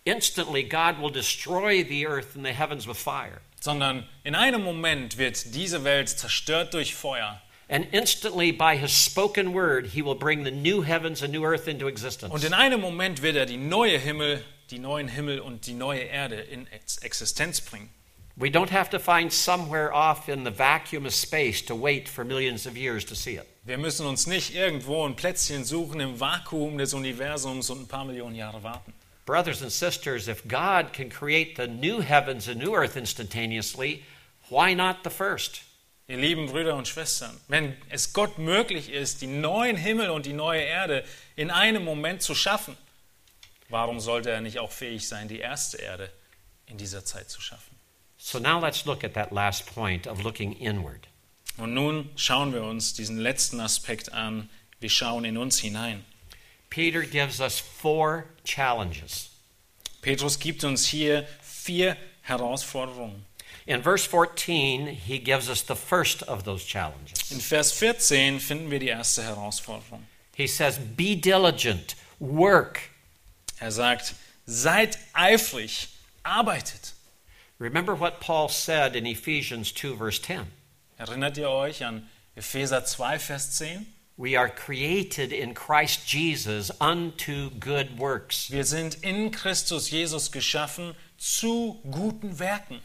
Instantly, God will destroy the earth and the heavens with fire. sondern in einem Moment wird diese Welt zerstört durch Feuer And instantly, by his spoken word, he will bring the new heavens and new earth into existence. Und in einem Moment wird er die neue Himmel, die neuen Himmel und die neue Erde in Ex- Existenz bringen. we don't have to find somewhere off in the vacuum of space to wait for millions of years to see it. Wir müssen uns nicht irgendwo ein Plätzchen suchen im Vakuum des Universums und ein paar Millionen Jahre warten. Brothers and sisters, if God can create the new heavens and new earth instantaneously, why not the first? Ihr lieben Brüder und Schwestern, wenn es Gott möglich ist, die neuen Himmel und die neue Erde in einem Moment zu schaffen, warum sollte er nicht auch fähig sein, die erste Erde in dieser Zeit zu schaffen? So now let's look at that last point of looking inward. Und nun schauen wir uns diesen letzten Aspekt an. Wir schauen in uns hinein. Peter gives us four challenges. Petrus gibt uns hier vier Herausforderungen. In verse 14, he gives us the first of those challenges. In Vers 14 finden wir die erste Herausforderung. He says, Be diligent, work. Er sagt, seid eifrig, arbeitet. Remember what Paul said in Ephesians 2, verse 10. Erinnert ihr euch an Epheser 2, Vers 10? We are created in Christ Jesus unto good works. Wir sind in Christus Jesus geschaffen zu guten Werken.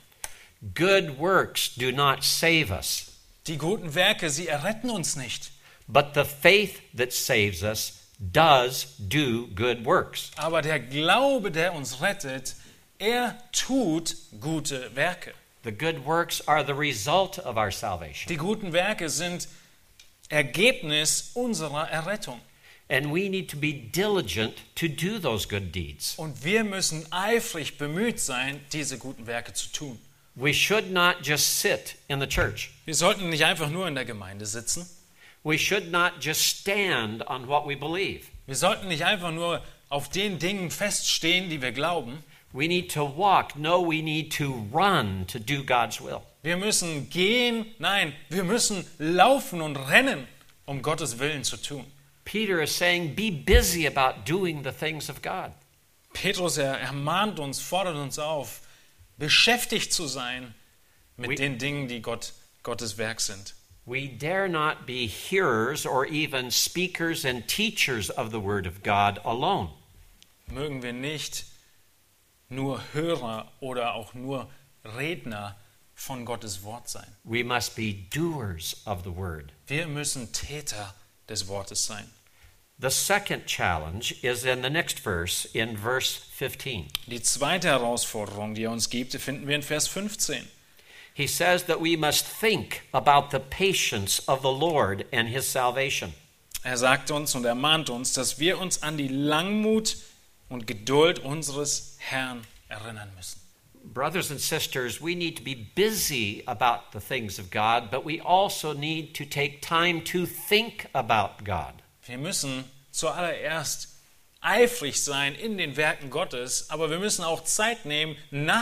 Good works do not save us, Die guten Werke, sie erretten uns nicht, but the faith that saves us does do good works. aber der Glaube, der uns rettet, er tut gute Werke. The good works are the result of our salvation. Die guten Werke sind Ergebnis unserer Errettung. And we need to be diligent to do those good deeds. Und wir müssen eifrig bemüht sein, diese guten Werke zu tun. We should not just sit in the church. Wir sollten nicht einfach nur in der Gemeinde sitzen. We should not just stand on what we believe. Wir sollten nicht einfach nur auf den Dingen feststehen, die wir glauben. We need to walk. No, we need to run to do God's will. Wir müssen gehen, nein, wir müssen laufen und rennen, um Gottes Willen zu tun. Peter is saying, be busy about doing the things of God. Petrus, er ermahnt uns, fordert uns auf, beschäftigt zu sein mit We- den Dingen, die Gott, Gottes Werk sind. We dare not be hearers or even speakers and teachers of the Word of God alone. mögen wir nicht nur Hörer oder auch nur Redner von Gottes Wort sein. We must be doers of the Word. Wir müssen Täter des Wortes sein. The second challenge is in the next verse, in verse 15. Die zweite Herausforderung, die er uns gibt, finden wir in Vers 15. He says that we must think about the patience of the Lord and his salvation. Er sagt uns und ermahnt uns, dass wir uns an die Langmut und Geduld unseres Herrn erinnern müssen. Brothers and sisters, we need to be busy about the things of God, but we also need to take time to think about God. Wir müssen zuallererst eifrig sein in den Werken Gottes, aber wir müssen auch Zeit nehmen,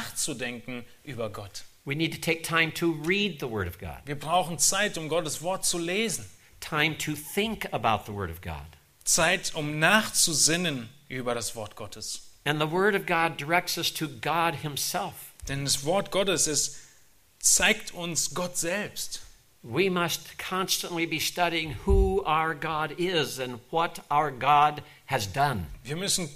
nachzudenken über Gott. We need to take time to read the Word of God, Wir brauchen Zeit, um Gottes Wort zu lesen. time to think about the Word of God, Zeit, um nachzusinnen über das Wort Gottes. And the Word of God directs us to God Himself. Denn das Wort Gottes es zeigt uns Gott selbst. We must constantly be studying who our God is and what our God has done. Wir müssen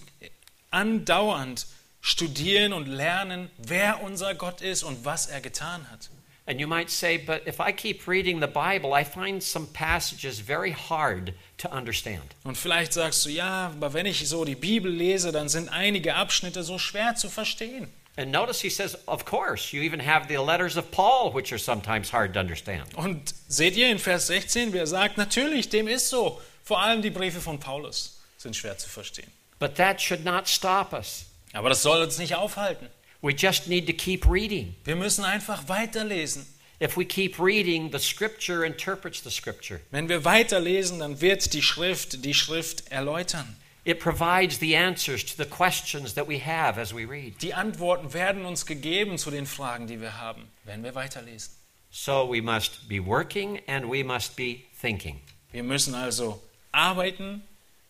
andauernd studieren und lernen, wer unser Gott ist und was er getan hat. And you might say, but if I keep reading the Bible, I find some passages very hard to understand. Und vielleicht sagst du, ja, aber wenn ich so die Bibel lese, dann sind einige Abschnitte so schwer zu verstehen. And notice he says, of course, you even have the letters of Paul, which are sometimes hard to understand. Und seht ihr in Vers 16, wie er sagt, natürlich, dem ist so. Vor allem die Briefe von Paulus sind schwer zu verstehen. But that should not stop us. Aber das soll uns nicht aufhalten. We just need to keep reading. Wir müssen einfach weiterlesen. If we keep reading, the Scripture interprets the Scripture, Wenn wir weiterlesen, dann wird die Schrift die Schrift erläutern. it provides the answers to the questions that we have as we read. Die Antworten werden uns gegeben zu den Fragen, die wir haben, wenn wir weiterlesen. So we must be working and we must be thinking. Wir müssen also arbeiten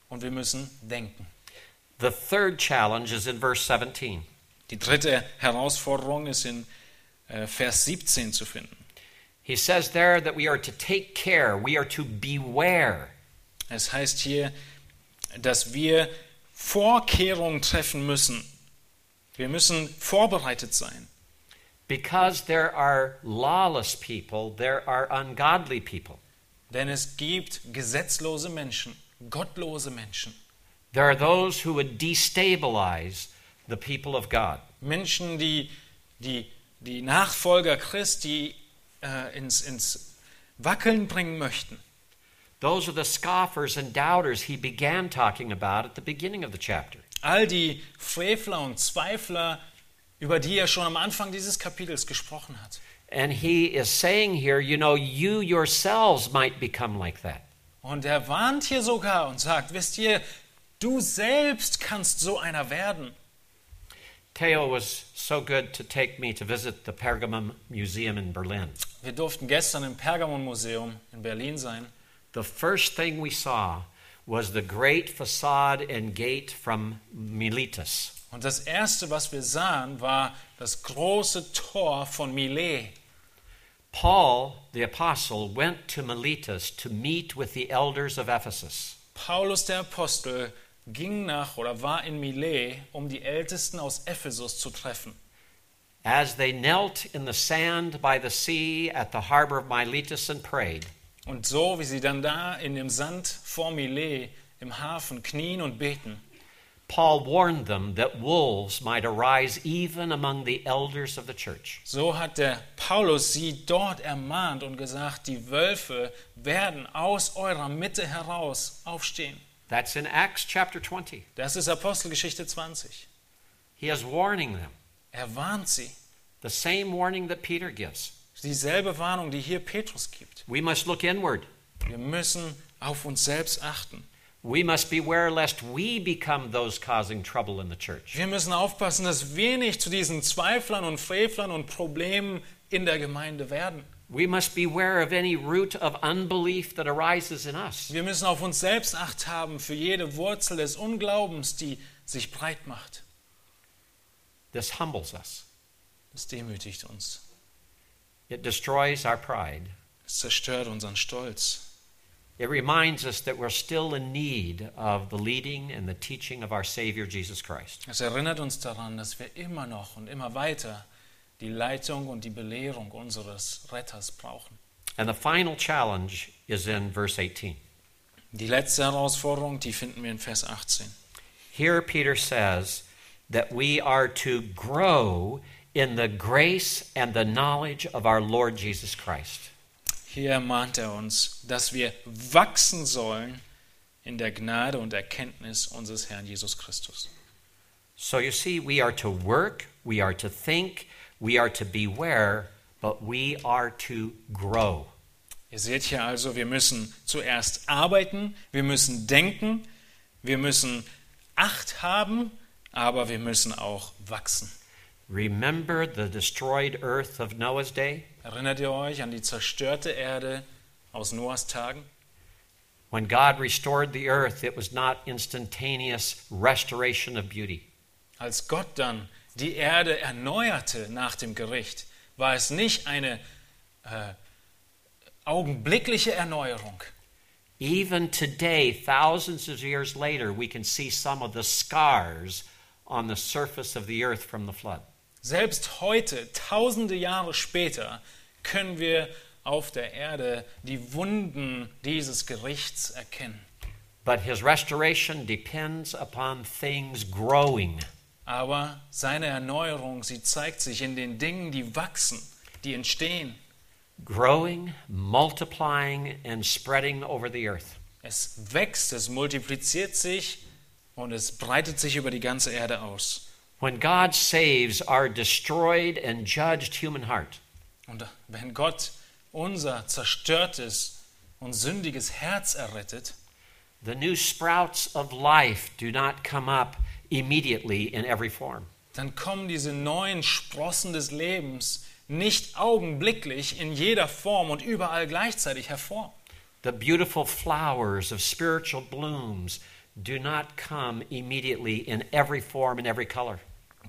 und wir müssen denken. The third challenge is in verse 17. Die dritte Herausforderung ist in äh, Vers 17 zu finden. He says there that we are to take care, we are to beware. Es heißt hier, dass wir Vorkehrungen treffen müssen. Wir müssen vorbereitet sein, Because there are lawless people, there are ungodly people. denn es gibt gesetzlose Menschen, gottlose Menschen, There are those who would destabilize the people of God. Menschen, die die, die Nachfolger Christi äh, ins, ins Wackeln bringen möchten. Those are the scoffers and doubters he began talking about at the beginning of the chapter. All die Frevler und Zweifler, über die er schon am Anfang dieses Kapitels gesprochen hat. And he is saying here, you know, you yourselves might become like that. Und er warnt hier sogar und sagt, wisst ihr, du selbst kannst so einer werden. Theo was so good to take me to visit the Pergamum Museum in Berlin. Wir durften gestern im Pergamon-Museum in Berlin sein. The first thing we saw was the great facade and gate from Miletus. Und das Erste, was wir sahen, war das große Tor von Milet. Paul, the apostle, went to Miletus to meet with the elders of Ephesus. Paulus der Apostel ging nach oder war in Milet, um die Ältesten aus Ephesus zu treffen. As they knelt in the sand by the sea at the harbor of Miletus and prayed, Und so, wie sie dann da in dem Sand vor Milet im Hafen knien und beten, Paul warned them that wolves might arise even among the elders of the church. So hat der Paulus sie dort ermahnt und gesagt, die Wölfe werden aus eurer Mitte heraus aufstehen. That's in Acts chapter 20. Das ist Apostelgeschichte 20. He is warning them, Er warnt sie. the same warning that Peter gives. Dieselbe Warnung, die hier Petrus gibt. We must look inward. Wir müssen auf uns selbst achten. We must beware lest we become those causing trouble in the church. Wir müssen aufpassen, dass wir nicht zu diesen Zweiflern und Frevlern und Problemen in der Gemeinde werden. We must beware of any root of unbelief that arises in us. Wir müssen auf uns selbst acht haben für jede Wurzel des Unglaubens, die sich breit macht. This humbles us, Das demütigt uns. it destroys our pride. Es zerstört unseren Stolz. It reminds us that we're still in need of the leading and the teaching of our Savior Jesus Christ. Es erinnert uns daran, dass wir immer noch und immer weiter die Leitung und die Belehrung unseres Retters brauchen. And the final challenge is in verse 18. Die letzte Herausforderung, die finden wir in Vers 18. Here, Peter says that we are to grow in the grace and the knowledge of our Lord Jesus Christ. Hier ermahnt er uns, dass wir wachsen sollen in der Gnade und Erkenntnis unseres Herrn Jesus Christus. So you see, we are to work, we are to think, we are to beware, but we are to grow. Ihr seht hier also, wir müssen zuerst arbeiten, wir müssen denken, wir müssen Acht haben, aber wir müssen auch wachsen. Remember the destroyed earth of Noah's day? Erinnert ihr euch an die zerstörte Erde aus Noahs Tagen? When God restored the earth, it was not instantaneous restoration of beauty. Als Gott dann die Erde erneuerte nach dem Gericht, war es nicht eine äh, augenblickliche Erneuerung. Even today, thousands of years later, we can see some of the scars on the surface of the earth from the flood. Selbst heute, tausende Jahre später, können wir auf der Erde die Wunden dieses Gerichts erkennen. But his restoration depends upon things growing. Aber seine Erneuerung, sie zeigt sich in den Dingen, die wachsen, die entstehen. growing, multiplying, and spreading over the earth. Es wächst, es multipliziert sich und es breitet sich über die ganze Erde aus. When God saves our destroyed and judged human heart, Und wenn Gott unser zerstörtes und sündiges Herz errettet, the new sprouts of life do not come up immediately in every form. dann kommen diese neuen Sprossen des Lebens nicht augenblicklich in jeder Form und überall gleichzeitig hervor. The beautiful flowers of spiritual blooms do not come immediately in every form and every color.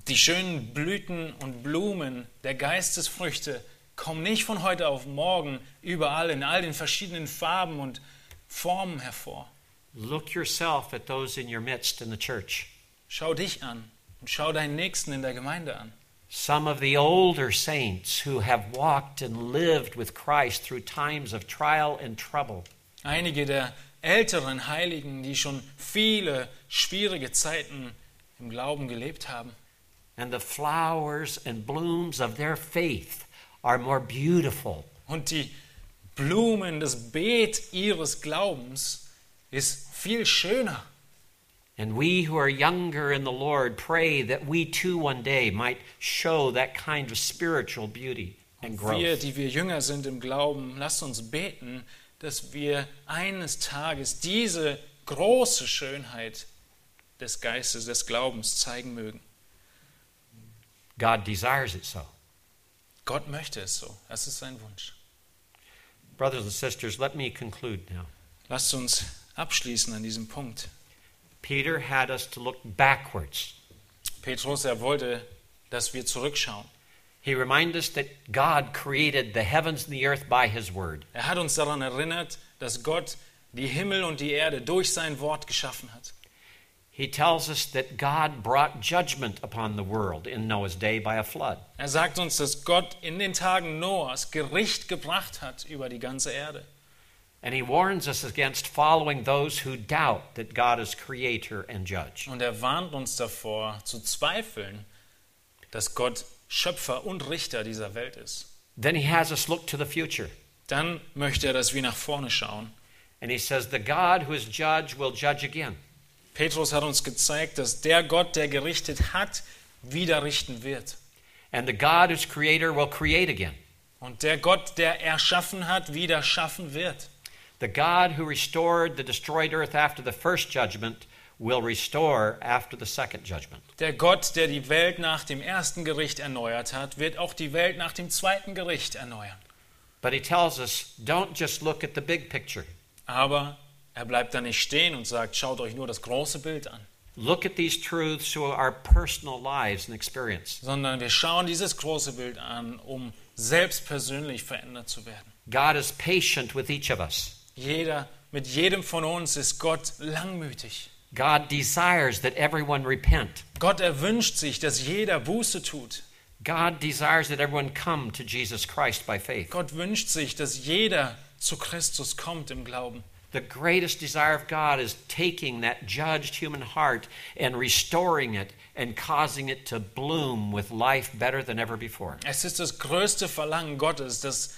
Die schönen Blüten und Blumen der Geistesfrüchte kommen nicht von heute auf morgen überall in all den verschiedenen Farben und Formen hervor. Look yourself at those in your midst in the church. Schau dich an und schau deinen Nächsten in der Gemeinde an. Some of the older saints who have walked and lived with Christ through times of trial and trouble. Einige der älteren Heiligen, die schon viele schwierige Zeiten im Glauben gelebt haben. and the flowers and blooms of their faith are more beautiful Und die Blumen, das Beet ihres Glaubens ist viel schöner. and we who are younger in the Lord pray that we too one day might show that kind of spiritual beauty and Wir, growth. die wir jünger sind im Glauben, lasst uns beten, dass wir eines Tages diese große Schönheit des Geistes, des Glaubens zeigen mögen. God desires it so. Gott möchte es so. Das ist sein Wunsch. Brothers and sisters, let me conclude now. Lasst uns abschließen an diesem Punkt. Peter had us to look backwards. Petrus, er wollte, dass wir zurückschauen. He reminded us that God created the heavens and the earth by his word. Er hat uns daran erinnert, dass Gott die Himmel und die Erde durch sein Wort geschaffen hat. He tells us that God brought judgment upon the world in Noah's day by a flood. Er sagt uns, dass Gott in den Tagen Noahs Gericht gebracht hat über die ganze Erde. And he warns us against following those who doubt that God is creator and judge. Und er warnt uns davor, zu zweifeln, dass Gott Schöpfer und Richter dieser Welt ist. Then he has us look to the future. Dann möchte er, dass wir nach vorne schauen. And he says, The God who is judge will judge again. Petrus hat uns gezeigt, dass der Gott, der gerichtet hat, wieder richten wird. And the God who's creator will create again. Und der Gott, der erschaffen hat, wieder schaffen wird. The God who restored the destroyed earth after the first judgment will restore after the second judgment. Der Gott, der die Welt nach dem ersten Gericht erneuert hat, wird auch die Welt nach dem zweiten Gericht erneuern. But he tells us, don't just look at the big picture. Aber er bleibt da nicht stehen und sagt, schaut euch nur das große Bild an, Look at these truths through our personal lives and experience. sondern wir schauen dieses große Bild an, um selbst persönlich verändert zu werden. God is patient with each of us. Jeder, mit jedem von uns ist Gott langmütig. God desires that everyone repent. Gott erwünscht sich, dass jeder Buße tut. God desires that everyone come to Jesus Christ by faith. Gott wünscht sich, dass jeder zu Christus kommt im Glauben. The greatest desire of God is taking that judged human heart and restoring it and causing it to bloom with life better than ever before. Es ist das größte Verlangen Gottes, das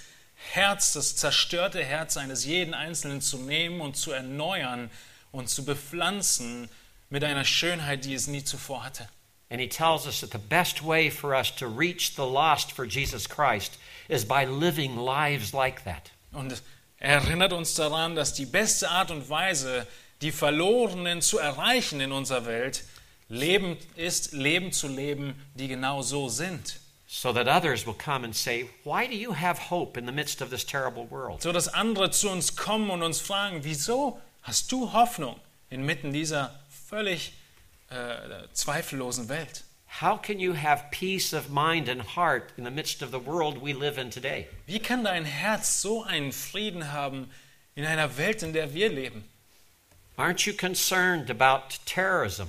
Herz, das zerstörte Herz eines jeden Einzelnen zu nehmen und zu erneuern und zu bepflanzen mit einer Schönheit, die es nie zuvor hatte. And he tells us that the best way for us to reach the lost for Jesus Christ is by living lives like that. Und er erinnert uns daran, dass die beste Art und Weise, die Verlorenen zu erreichen in unserer Welt, Leben ist, Leben zu leben, die genau so sind. So that others will come and say, Why do you have hope in the midst of this terrible world? So dass andere zu uns kommen und uns fragen, wieso hast du Hoffnung inmitten dieser völlig äh, zweifellosen Welt? How can you have peace of mind and heart in the midst of the world we live in today? Wie kann dein Herz so einen Frieden haben in einer Welt, in der wir leben? Aren't you concerned about terrorism?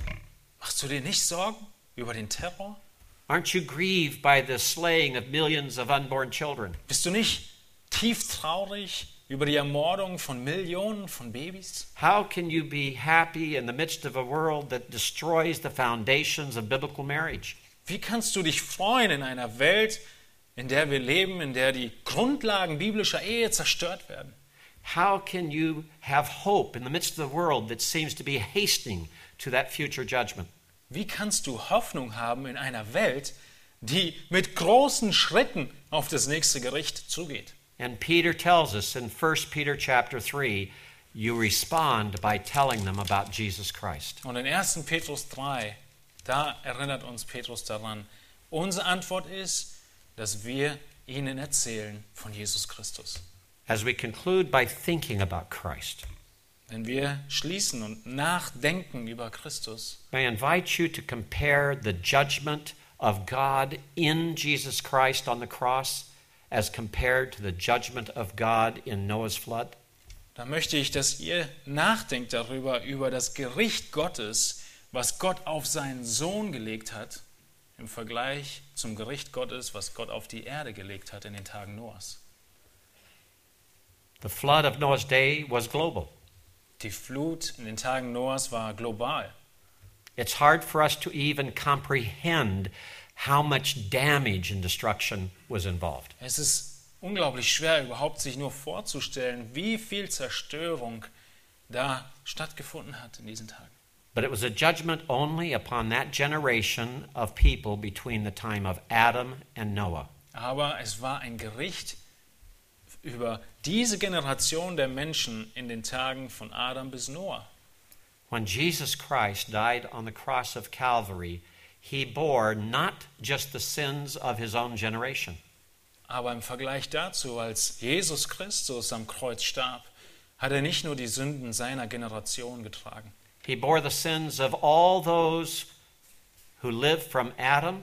Machst du dir nicht Sorgen über den Terror? Aren't you grieved by the slaying of millions of unborn children? Bist du nicht tief traurig über die Ermordung von Millionen von Babys? How can you be happy in the midst of a world that destroys the foundations of biblical marriage? Wie kannst du dich freuen in einer Welt, in der wir leben, in der die Grundlagen biblischer Ehe zerstört werden? How can you have hope in the midst of the world that seems to be hastening to that future judgment? Wie kannst du Hoffnung haben in einer Welt, die mit großen Schritten auf das nächste Gericht zugeht? And Peter tells us in 1 Peter chapter 3, you respond by telling them about Jesus Christ. Und in 1. Petrus 3, da erinnert uns Petrus daran, unsere Antwort ist, dass wir ihnen erzählen von Jesus Christus. As we conclude by thinking about Christ, Wenn wir schließen und nachdenken über Christus, may I invite you to compare the judgment of God in Jesus Christ on the cross as compared to the judgment of God in Noah's flood? Da möchte ich, dass ihr nachdenkt darüber, über das Gericht Gottes, was Gott auf seinen Sohn gelegt hat, im Vergleich zum Gericht Gottes, was Gott auf die Erde gelegt hat in den Tagen Noahs. The flood of Noah's day was global. Die Flut in den Tagen Noahs war global. It's hard for us to even comprehend how much damage and destruction was involved. Es ist unglaublich schwer, überhaupt sich nur vorzustellen, wie viel Zerstörung da stattgefunden hat in diesen Tagen. But it was a judgment only upon that generation of people between the time of Adam and Noah. Aber es war ein Gericht über diese Generation der Menschen in den Tagen von Adam bis Noah. When Jesus Christ died on the cross of Calvary, he bore not just the sins of his own generation, Aber im Vergleich dazu, als Jesus Christus am Kreuz starb, hat er nicht nur die Sünden seiner Generation getragen. he bore the sins of all those who live from Adam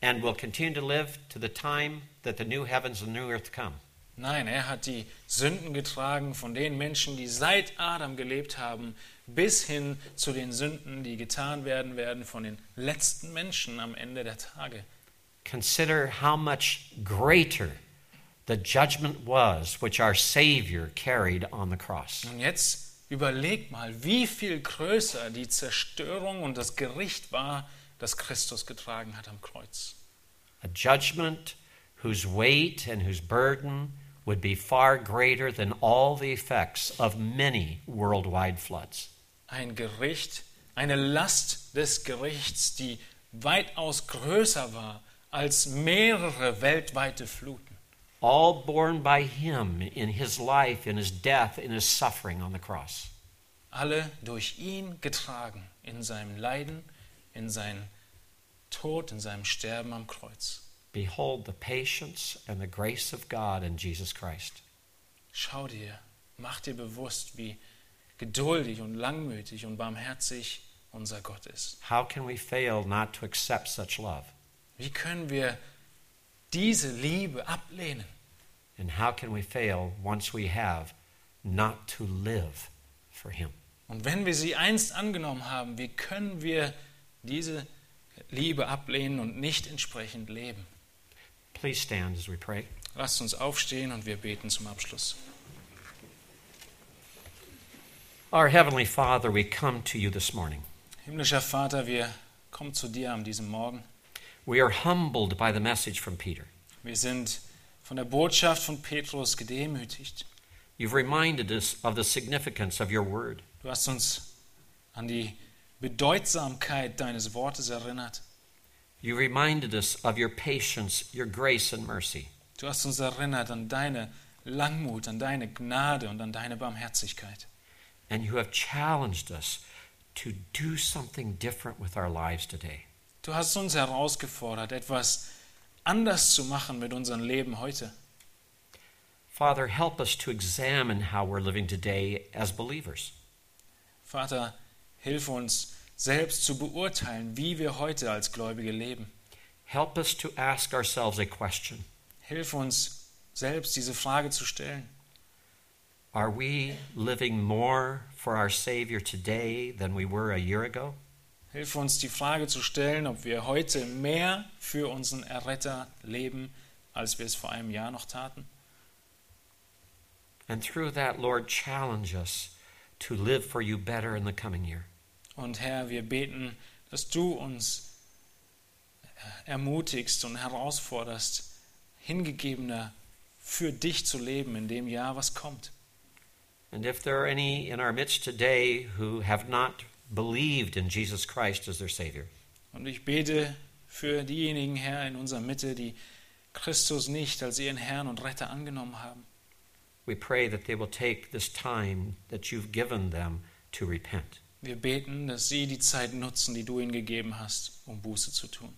and will continue to live to the time that the new heavens and new earth come. Nein, er hat die Sünden getragen von den Menschen, die seit Adam gelebt haben, bis hin zu den Sünden, die getan werden werden von den letzten Menschen am Ende der Tage. Consider how much greater the judgment was which our Savior carried on the cross. Und jetzt überleg mal, wie viel größer die Zerstörung und das Gericht war, das Christus getragen hat am Kreuz. A judgment whose weight and whose burden would be far greater than all the effects of many worldwide floods. Ein Gericht, eine Last des Gerichts, die weitaus größer war als mehrere weltweite Fluten. All borne by Him in His life, in His death, in His suffering on the cross. Alle durch ihn getragen in seinem Leiden, in seinem Tod, in seinem Sterben am Kreuz. Behold the patience and the grace of God in Jesus Christ. Schau dir, mach dir bewusst, wie geduldig und langmütig und barmherzig unser Gott ist. How can we fail not to accept such love? Wie können wir diese Liebe ablehnen? And how can we fail once we have not to live for Him? Und wenn wir sie einst angenommen haben, wie können wir diese Liebe ablehnen und nicht entsprechend leben? Please stand as we pray. Lasst uns aufstehen und wir beten zum Abschluss. Our Heavenly Father, we come to you this morning. Himmlischer Vater, wir kommen zu dir an diesem Morgen. We are humbled by the message from Peter. Wir sind von der Botschaft von Petrus gedemütigt. You've reminded us of the significance of your word. Du hast uns an die Bedeutsamkeit deines Wortes erinnert. You reminded us of your patience, your grace, and mercy. Du hast uns erinnert an deine Langmut, an deine Gnade und an deine Barmherzigkeit. And you have challenged us to do something different with our lives today. Du hast uns herausgefordert, etwas anders zu machen mit unserem Leben heute. Father, help us to examine how we're living today as believers. Vater, hilf uns, selbst zu beurteilen, wie wir heute als Gläubige leben. Help us to ask ourselves a question Hilf uns, selbst diese Frage zu stellen. Are we living more for our Savior today than we were a year ago? Hilf uns, die Frage zu stellen, ob wir heute mehr für unseren Erretter leben, als wir es vor einem Jahr noch taten. And through that, Lord, challenge us to live for you better in the coming year. Und Herr, wir beten, dass du uns äh, ermutigst und herausforderst, hingegebener für dich zu leben in dem Jahr, was kommt. And if there are any in our midst today who have not believed in Jesus Christ as their Savior, Und ich bete für diejenigen, Herr, in unserer Mitte, die Christus nicht als ihren Herrn und Retter angenommen haben. we pray that they will take this time that you've given them to repent. Wir beten, dass sie die Zeit nutzen, die du ihnen gegeben hast, um Buße zu tun.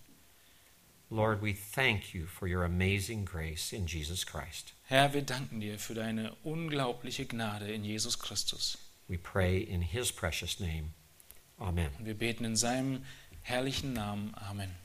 Lord, we thank you for your amazing grace in Jesus Christ. Herr, wir danken dir für deine unglaubliche Gnade in Jesus Christus. We pray in his precious name. Amen. Und wir beten in seinem herrlichen Namen. Amen.